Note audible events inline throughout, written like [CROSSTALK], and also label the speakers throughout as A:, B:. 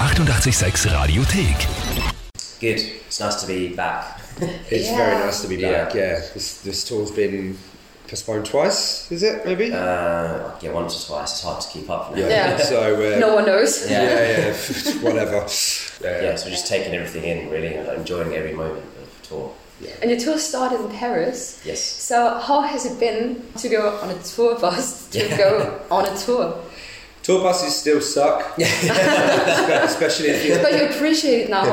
A: 886 Radiothek.
B: Good. It's nice to be back.
C: It's
D: Yeah.
C: very nice to be back.
B: Yeah.
C: Yeah, this this tour's been postponed twice. Is it maybe?
B: Uh, yeah, once or twice. It's hard to keep up. Now.
C: yeah.
D: Yeah.
C: [LAUGHS] So uh,
D: No one knows.
B: Yeah.
C: yeah, [LAUGHS] yeah, whatever.
B: Yeah,
C: Uh,
B: so we're just taking everything in, really, and enjoying every moment of the tour.
D: And your tour started in Paris.
B: Yes.
D: So how has it been to go on a tour bus to
B: Yeah.
D: go on a tour?
C: Tour buses still
B: [LAUGHS]
C: suck, especially if you.
D: But you appreciate it
B: [LAUGHS]
D: now.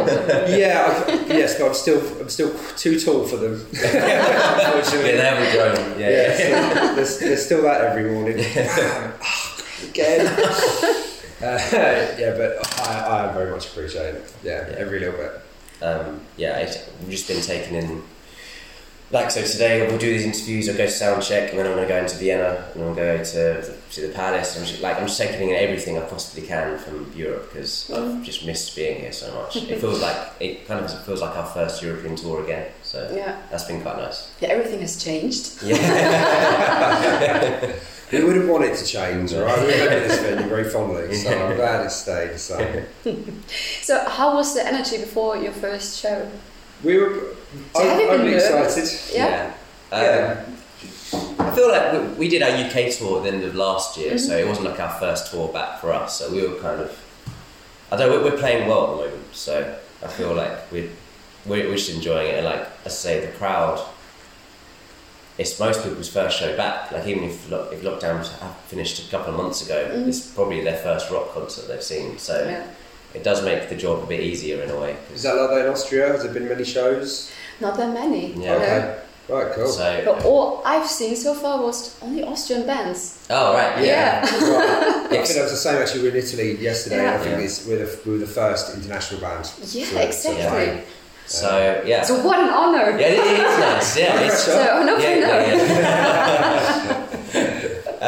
C: Yeah, I've, yes, but I'm still I'm still too tall for them. [LAUGHS]
B: Yeah,
C: Unfortunately.
B: there we go. Yeah.
C: Yeah, so there's, there's still that every
B: [LAUGHS]
C: morning. Again. [LAUGHS] Uh, yeah, but I, I very much appreciate it. Yeah,
B: Yeah.
C: every little bit.
B: um, yeah, it's, we've just been taken in. Like so, today we'll do these interviews. I'll go to sound check, and then I'm going to go into Vienna, and I'll go to to the palace. I'm just, like I'm just taking in everything I possibly can from Europe because I've just missed being here so much. It feels like it kind of feels like our first European tour again. So
D: Yeah.
B: that's been quite nice.
D: Yeah, everything has changed.
B: Yeah,
C: We wouldn't want it to change, all right? We remember this
B: [LAUGHS]
C: venue very fondly, so I'm glad it stayed. So
D: So how was the energy before your first show?
C: we were.
D: So have you
C: I'm,
D: been
C: I'm
D: nervous?
C: excited.
D: Yeah.
B: Um,
C: Yeah.
B: I feel like we, we did our UK tour at the end of last year, so
D: Mm-hmm.
B: it wasn't like our first tour back for us. So we were kind of, I don't. know, We're playing well at the moment, so I feel like we're we're, we're just enjoying it. And like I say, the crowd. It's most people's first show back. Like even if lock, if lockdown was- had finished a couple of months ago, it's probably their first rock concert they've seen. So
D: Mm-hmm. Yeah.
B: it does make the job a bit easier in a way. 'cause-
C: Is that like that in Austria? Has there been many shows?
D: Not that many.
B: Yeah.
D: no.
C: Okay. Right, cool.
B: so
D: But all I've seen so far was only Austrian bands.
B: oh right
D: Yeah.
B: [LAUGHS]
C: Right. I think
B: Yes.
C: that was the same actually. We were in Italy yesterday. and I
D: Yeah.
C: think
B: Yeah.
C: it's, we're, the, we were the first international band.
D: Yeah,
C: to- to
D: exactly.
C: play.
B: so yeah
D: So what an honor.
B: Yeah, it, it is nice. Yeah,
D: [LAUGHS]
B: it's,
D: So no,
B: yeah,
D: no.
B: yeah,
D: [LAUGHS]
B: yeah.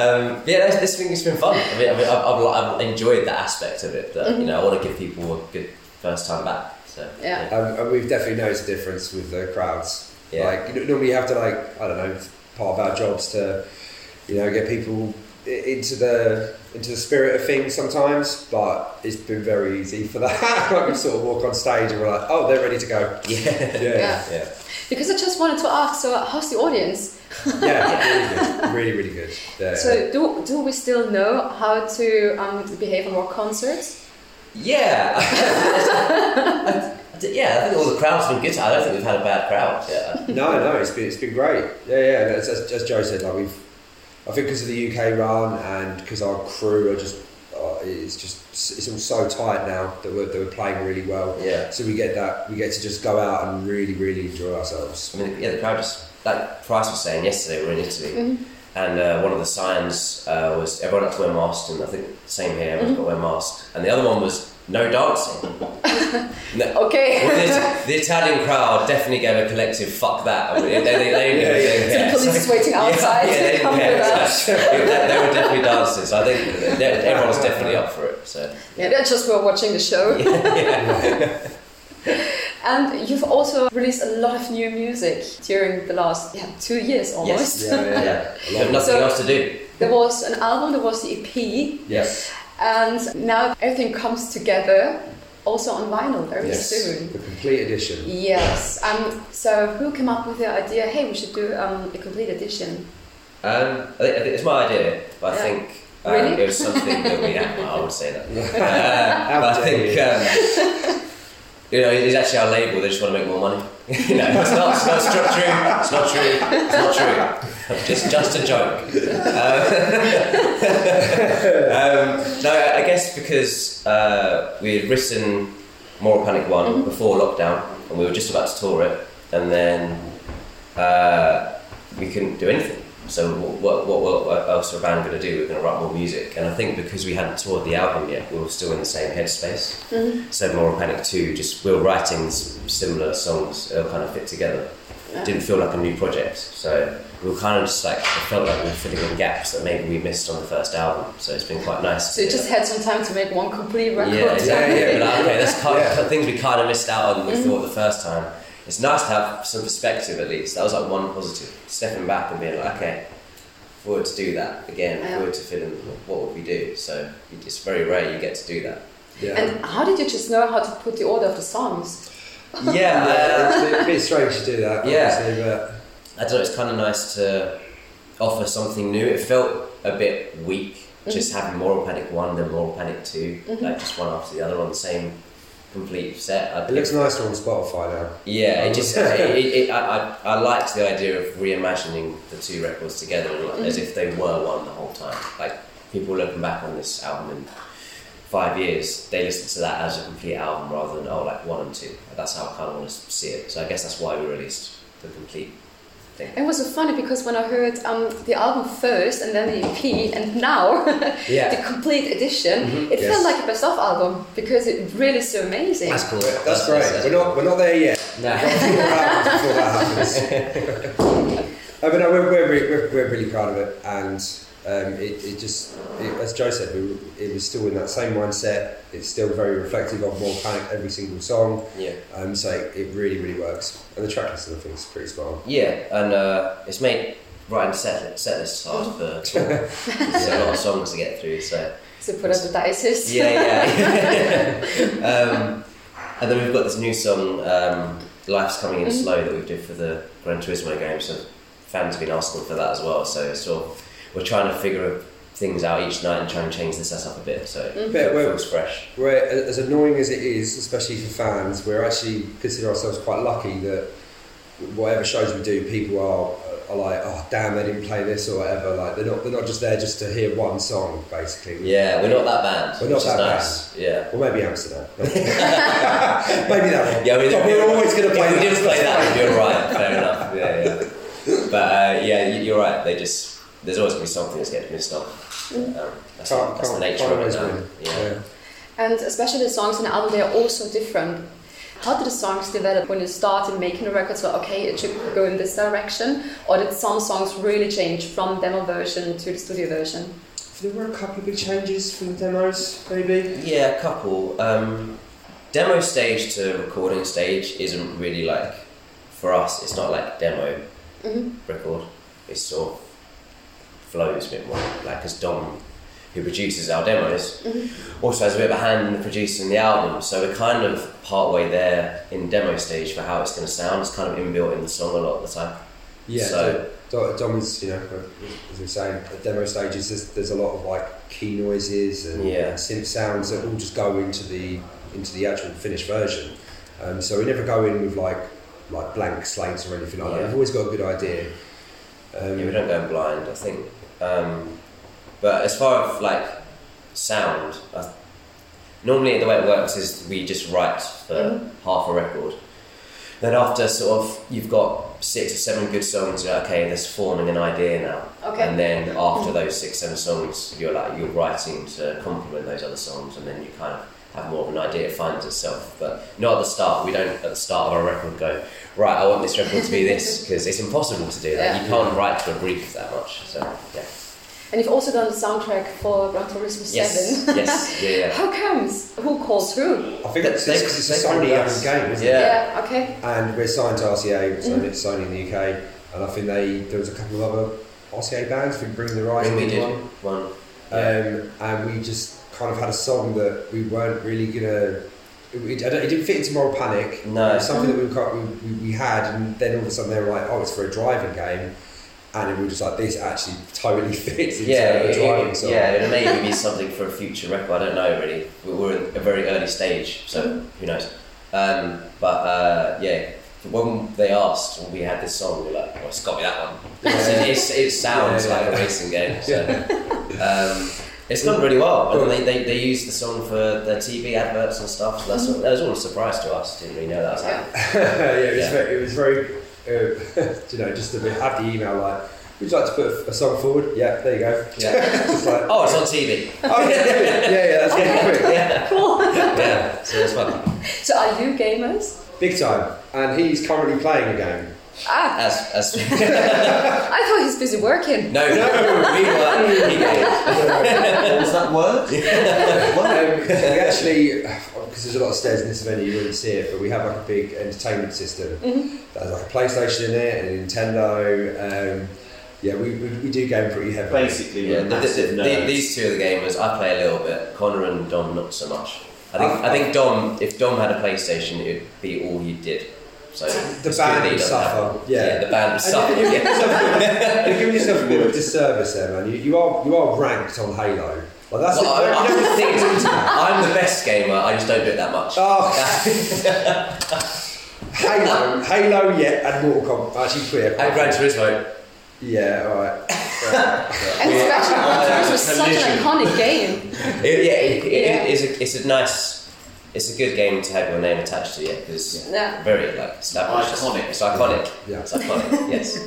B: um, yeah, that's- this thing has been fun. I mean, I mean I've, I've, I've enjoyed that aspect of it. That you know, I want to give people a good first time back. So
D: Yeah.
C: Um, and we've definitely noticed a difference with the crowds.
B: Yeah.
C: Like you know, normally you have to like I don't know part of our jobs to you know get people i- into the into the spirit of things sometimes, but it's been very easy for that. [LAUGHS] like we sort of walk on stage and we're like, oh, they're ready to go.
B: yeah,
C: Yeah,
D: Yeah.
B: yeah.
D: Because I just wanted to ask, so how's the audience?
C: yeah, really good, really really good. Yeah.
D: So do, do we still know how to um, behave on rock concerts?
B: Yeah. [LAUGHS] I d- yeah, I think all the crowds have been good. I don't think we've had a bad crowd. Yeah.
C: No, no, it's been it's been great. Yeah, yeah. and As, as, as Joe said, like we've, I think because of the UK run and because our crew are just, uh, it's just it's all so tight now that we're, that we're playing really well.
B: Yeah.
C: So we get that we get to just go out and really really enjoy ourselves.
B: I mean, yeah, the crowd just like Price was saying yesterday. We were in Italy,
D: Mm-hmm.
B: and uh, one of the signs uh, was everyone had to wear masks, and I think same here, everyone's
D: Mm-hmm.
B: got to wear masks. And the other one was no dancing.
D: [LAUGHS]
B: No-
D: Okay.
B: Well, the, the Italian crowd definitely gave a collective fuck that. I mean, they, they, they,
C: Yeah, yeah.
B: they- yeah.
D: The police is waiting outside
B: Yeah, yeah,
D: to come
B: yeah,
D: with us.
B: so- they, they were definitely dancing, so I think that- that everyone's definitely up for it. So
D: [LAUGHS] Yeah, that's just for watching the show. and you've also released a lot of new music during the last yeah, two years almost.
C: Yeah, yeah, yeah.
B: you have nothing
D: So-
B: else to do.
D: There was an album, there was the EP,
C: Yes.
D: and now everything comes together also on vinyl very
C: Yes.
D: soon.
C: The complete edition.
D: Yes. Um, so who came up with the idea? Hey, we should do um, a complete edition.
B: Um, I think, I think it's my idea, but I
D: Yeah.
B: think um,
D: Really?
B: it was something that we. Yeah, I would say that. Uh,
C: How
B: but I
C: dare
B: think
C: you.
B: um, you know it's actually our label. They just want to make more money. [LAUGHS] you know, it's not, it's not, it's not true. It's not true. It's not true. [LAUGHS] Just, just a joke. Um, [LAUGHS] um, no, I guess because uh, we had written Moral Panic One before lockdown, and we were just about to tour it, and then uh, we couldn't do anything. So what, what, what, what else are a band going to do? We're going to write more music. And I think because we hadn't toured the album yet, we were still in the same headspace.
C: Mm-hmm.
B: So Moral Panic 2, just we were writing s- similar songs, they all kind of fit together. Didn't feel like a new project. So we were kind of just like, it felt like we were filling in gaps that maybe we missed on the first album. So it's been quite nice.
D: So you just had some time to make one complete record.
B: Yeah, exactly.
C: Yeah, yeah.
B: But, okay, that's kind of
C: Yeah.
B: things we kind of missed out on we thought the first time. It's nice to have some perspective at least. That was like one positive. Stepping back and being like, okay, if we were to do that again, if we were to fill in, what would we do? So it's very rare you get to do that.
C: Yeah.
D: And how did you just know how to put the order of the songs?
B: yeah,
C: yeah, it's a bit strange to do that,
B: uh, Yeah.
C: obviously, but
B: uh, I don't know. It's kind of nice to offer something new. It felt a bit weak, just having Moral Panic One, then Moral Panic 2 like just one after the other on the same complete set. I
C: it looks nicer on Spotify now.
B: Yeah, it just
C: [LAUGHS]
B: it, it, it, I, I I liked the idea of reimagining the two records together like, as if they were one the whole time. Like people looking back on this album in five years, they listen to that as a complete album rather than oh like one and two. That's how I kind of want to see it. So I guess that's why we released the complete thing.
D: It was so funny because when I heard um, the album first and then the EP and now [LAUGHS]
B: Yeah. Mm-hmm.
D: the complete edition, it
C: yes.
D: felt like a best of album because it really is so amazing.
B: That's cool.
C: That's, great.
B: [LAUGHS]
C: we're not we're not there yet.
B: No.
C: Before that before that happens. [LAUGHS] I mean, no, we're, we're, re- we're, we're really proud of it, and um, it, it just, it, as Joe said, we, were- it was still in that same mindset. It's still very reflective of more panic every single song.
B: yeah.
C: Um, so it, it really, really works. And the track list and the thing's pretty smart.
B: Yeah, and uh, it's made writing set set lists hard for
C: [LAUGHS]
B: tour. There's a lot of songs to get through, so.
D: So put up the [LAUGHS] dices.
B: Yeah, yeah. [LAUGHS] um, and then we've got this new song, um, Life's Coming In Slow, that we did for the Gran Turismo game. So fans have been asking for that as well. So it's sort of, we're trying to figure things out each night and try and change the setup a bit. So it
C: Yeah, well-
B: feels fresh.
C: We're, as annoying as it is, especially for fans, we're actually consider ourselves quite lucky that whatever shows we do, people are, are like, oh damn, they didn't play this or whatever. Like they're not they're not just there just to hear one song, basically.
B: Yeah, we're not that band.
C: We're not
B: which is
C: that
B: nice. Yeah.
C: Or maybe Amsterdam. [LAUGHS] maybe that one.
B: Yeah, I mean,
C: God, we're always going to play
B: If
C: that.
B: we didn't play that, you're right. Fair enough. Yeah, yeah. But uh, yeah, you- you're right. They just there's always going to be something that's getting missed off. Um, that's
C: Can't-
B: that's the
C: can't-
B: nature
C: can't
B: of it
C: always
B: now.
C: win.
B: Yeah.
D: And especially the songs on the album, they are all so different. How did the songs develop when you started making the records? Well, okay, it should go in this direction, or did some songs really change from demo version to the studio version?
C: There were a couple of big changes from the demos, maybe.
B: Yeah, a couple. Um, demo stage to recording stage isn't really like for us. It's not like demo
D: Mm-hmm.
B: record. It's sort of flows a bit more. Like as Dom, who produces our demos, also has a bit of a hand in producing the album. So we're kind of part way there in demo stage for how it's going to sound. It's kind of inbuilt in the song a lot of the time.
C: Yeah.
B: So-
C: So, Dom- Dom is, you know, as we are saying, at demo stages, there's, there's a lot of like key noises and
B: Yeah.
C: synth sounds that all just go into the into the actual finished version. Um, so we never go in with like like blank slates or anything like that.
B: Yeah.
C: We've always got a good idea. Um,
B: Yeah, we don't go in blind, I think. Um, but as far as like sound, I, normally the way it works is we just write for half a record. Then after sort of you've got six or seven good songs, you're like, okay, there's forming an idea now.
D: Okay.
B: And then after those six seven songs, you're like you're writing to complement those other songs, and then you kind of have more of an idea. It finds itself, but not at the start. We don't at the start of our record go right. I want this record to be this because it's impossible to do that.
D: Yeah.
B: You can't write to a brief that much. So yeah.
D: And you've also done the soundtrack for Gran Turismo 7. [LAUGHS]
B: Yes. [LAUGHS] yes. Yeah. Yeah.
D: How comes? Who calls who?
C: I think
B: They-
C: it's
B: they-
C: because it's a
B: they
C: Sony
B: call
C: owned
B: us.
C: game, isn't
B: Yeah.
C: it?
D: okay.
C: And we're signed to RCA, so it's Sony in the UK. And I think they there was a couple of other RCA bands. I think Bring the Rise
B: And we
C: was
B: did
C: one.
B: one. Yeah.
C: um, and we just kind of had a song that we weren't really gonna. It, I don't- it didn't fit into Moral Panic.
B: No.
C: It was something that we, got, we, we- we had, and then all of a sudden they were like, "Oh, it's for a driving game," and we were just like, "This actually totally [LAUGHS] fits into
B: yeah,
C: uh, a
B: it,
C: driving
B: it,
C: song."
B: yeah, it may be something for a future record. I don't know really. We- We're in a very early stage, so who knows? Um, but uh, yeah, when they asked, when we had this song, we were like, "Well, it's got to be that one." It's, it's, it sounds
C: Yeah.
B: like a racing game. So um, it's gone really well. And they, they they used the song for their TV adverts and stuff. So that's all, that was all a surprise to us. Didn't really know that was happening.
C: [LAUGHS] yeah, it was
B: Yeah.
C: very, it was very, uh, [LAUGHS] you know, just to have the email like, "Would you like to put a, a song forward?" Yeah, there you go.
B: Yeah.
C: [LAUGHS] Just like,
B: Oh, it's on TV.
C: "Oh, yeah, yeah, yeah, that's getting quick.
B: Yeah.
D: Cool. [LAUGHS]
B: Yeah. So it's fun.
D: so are you gamers?
C: Big time, and he's currently playing a
B: [LAUGHS]
C: game.
D: Ah,
B: As as
D: I thought he's busy working.
B: no no we were he did.
E: was that
C: [LAUGHS]
E: word?
C: Um, we actually, because there's a lot of stairs in this venue, you wouldn't see it, but we have like a big entertainment system.
B: Mm-hmm.
C: There's like a PlayStation in it, and Nintendo. Um, yeah, we, we, we do game pretty heavily.
E: Basically,
B: Yeah,
E: yeah,
B: the, the,
E: massive
B: the,
E: nerds.
B: these two are the gamers. I play a little bit. Connor and Dom not so much. I think
C: Oh.
B: I think Dom, if Dom had a PlayStation, it would be all he did. So
C: The
B: it's good that
C: band
B: he
C: would
B: doesn't have
C: suffer.
B: one.
C: Yeah.
B: the band would
C: And
B: suffer.
C: You're giving yourself- you're giving yourself a bit of a disservice there, man. You, you are you are ranked on Halo. Like that's
B: Well,
C: it.
B: I, I,
C: You
B: the
C: don't
B: thing
C: think
B: is,
C: it's-
B: I'm the best gamer. I just don't do it that much.
C: Oh, Halo, Halo, yeah, and Mortal Kombat. Actually, queer.
B: and Gran Turismo.
C: Yeah, all right.
D: And especially Grand Theft was such an
B: Collision.
D: iconic game.
B: It, yeah, it, it-
D: Yeah.
B: it's, a, it's a nice, it's a good game to have your name attached to, yeah, because
D: Yeah.
B: very like established.
E: Iconic.
B: It's iconic.
C: Yeah.
B: It's iconic. yes.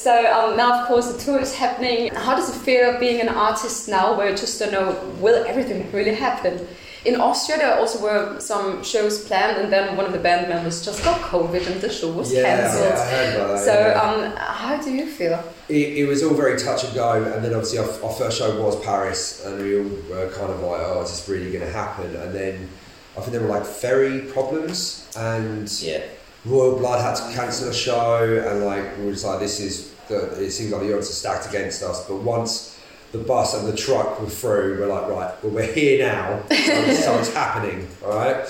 D: So um, now, of course, the tour is happening. How does it feel being an artist now, where you just don't know will everything really happen? In Austria, there also were some shows planned, and then one of the band members just got COVID, and the show was
C: yeah,
D: cancelled.
C: I heard about that.
D: So,
C: yeah.
D: um, how do you feel?
C: it, it was all very touch and go, and then obviously our, our first show was Paris, and we all were kind of like, oh, is this really going to happen? And then I think there were like ferry problems, and
B: Yeah.
C: Royal Blood had to cancel a show, and like we were just like, this is the, it seems like the odds are stacked against us. But once the bus and the truck were through, we're like, right, well, we're here now, and something's happening, all right?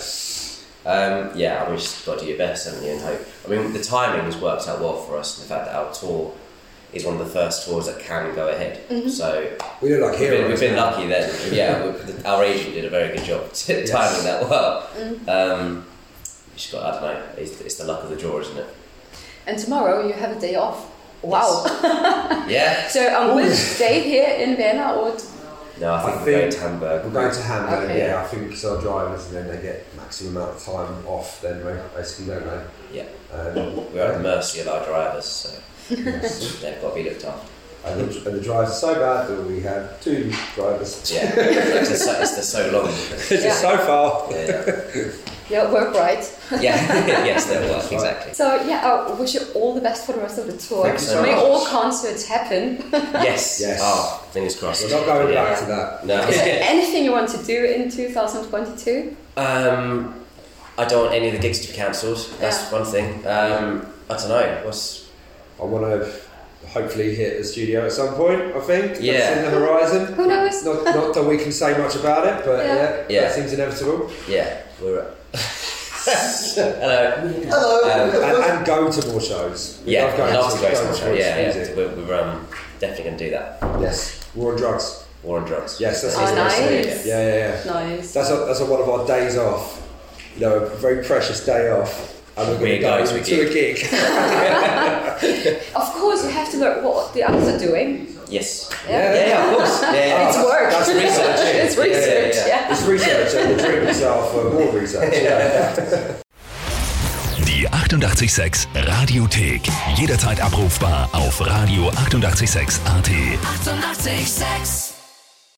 B: Um, yeah, I mean, you just got to do your best, haven't you, and hope. I mean, the timing has worked out well for us, and the fact that our tour is one of the first tours that can go ahead. So
C: We look like
B: we've been,
C: heroes.
B: we've been
C: now.
B: lucky then. Yeah, we- our agent did a very good job [LAUGHS] t-
C: Yes. Mm-hmm.
B: timing that well. Um, you just got, I don't know, it's, it's the luck of the draw, isn't it?
D: And tomorrow you have a day off. Wow.
C: [LAUGHS]
B: Yeah.
D: So, um,
C: Oh.
D: will you stay here in Vienna or
B: No, I think we're going
C: I think-
B: to Hamburg.
C: We're going to Hamburg,
D: Okay.
C: yeah, I think, because our drivers, and then they get maximum amount of time off, then we basically don't know.
B: Yeah,
C: Um,
B: we're at the mercy of our drivers, so
C: [LAUGHS] yes.
B: they've got to be looked
C: [LAUGHS]
B: after.
C: and, the, and the drives are so bad that we have two
B: [LAUGHS]
C: drivers.
B: Yeah, it's, the so- it's the so long.
C: It's just so far.
B: Yeah,
D: yeah, work right?
B: yeah. [LAUGHS] yes, there was exactly.
D: So yeah, I wish you all the best for the rest of the tour.
C: Thank you so
D: May
C: much.
D: all concerts happen.
B: Yes.
C: Yes.
B: Oh, fingers crossed.
C: We're not going
B: Yeah.
C: back to that.
B: No.
D: Is
C: [LAUGHS]
D: there anything you want to do in 2022?
B: um, I don't want any of the gigs to be cancelled. That's
D: Yeah.
B: one thing. Um, I don't know. What's
C: I want to hopefully hit the studio at some point, I think.
B: Yeah.
C: That's in the horizon.
D: Who knows?
C: Not, not that we can say much about it, but
D: Yeah.
C: yeah,
B: Yeah.
C: that seems inevitable.
B: yeah? We're at. [LAUGHS] Hello.
E: Hello.
B: Um,
C: And, and go to more shows. We
B: Yeah,
C: love going
B: love to go to
C: more
B: the show. Yeah, yeah.
C: music.
B: We're, we're um, definitely going to do that.
C: Yes. War on drugs.
B: War on drugs.
C: Yes, that's
D: Oh,
C: what
D: nice.
C: I said. Yeah, yeah, yeah.
D: Nice.
C: That's a, that's a, one of our days off. You know, a very precious day off. And we're
B: We're
C: going go
B: going to a
C: to a gig.
D: Of course, you have to look what the others are doing.
B: Yes. Yeah,
D: Yeah.
B: yeah, of course. Yeah, yeah.
D: It's work. [LAUGHS]
C: that's research, yeah.
D: it's research.
B: Yeah, yeah,
D: yeah.
C: It's research, and the dreams are for more research. Yeah.
A: Die 886 Radiothek. Jederzeit abrufbar auf radio886.at. 886!
F: 886